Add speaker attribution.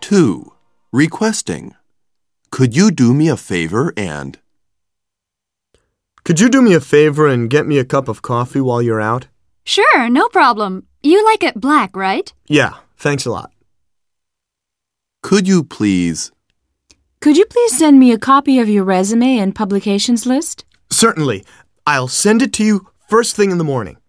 Speaker 1: 2. Requesting. Could you do me a favor and?
Speaker 2: Could you do me a favor and get me a cup of coffee while you're out?
Speaker 3: Sure, no problem. You like it black, right?
Speaker 2: Yeah, thanks a lot.
Speaker 1: Could you please?
Speaker 4: Could you please send me a copy of your resume and publications list?
Speaker 2: Certainly. I'll send it to you first thing in the morning.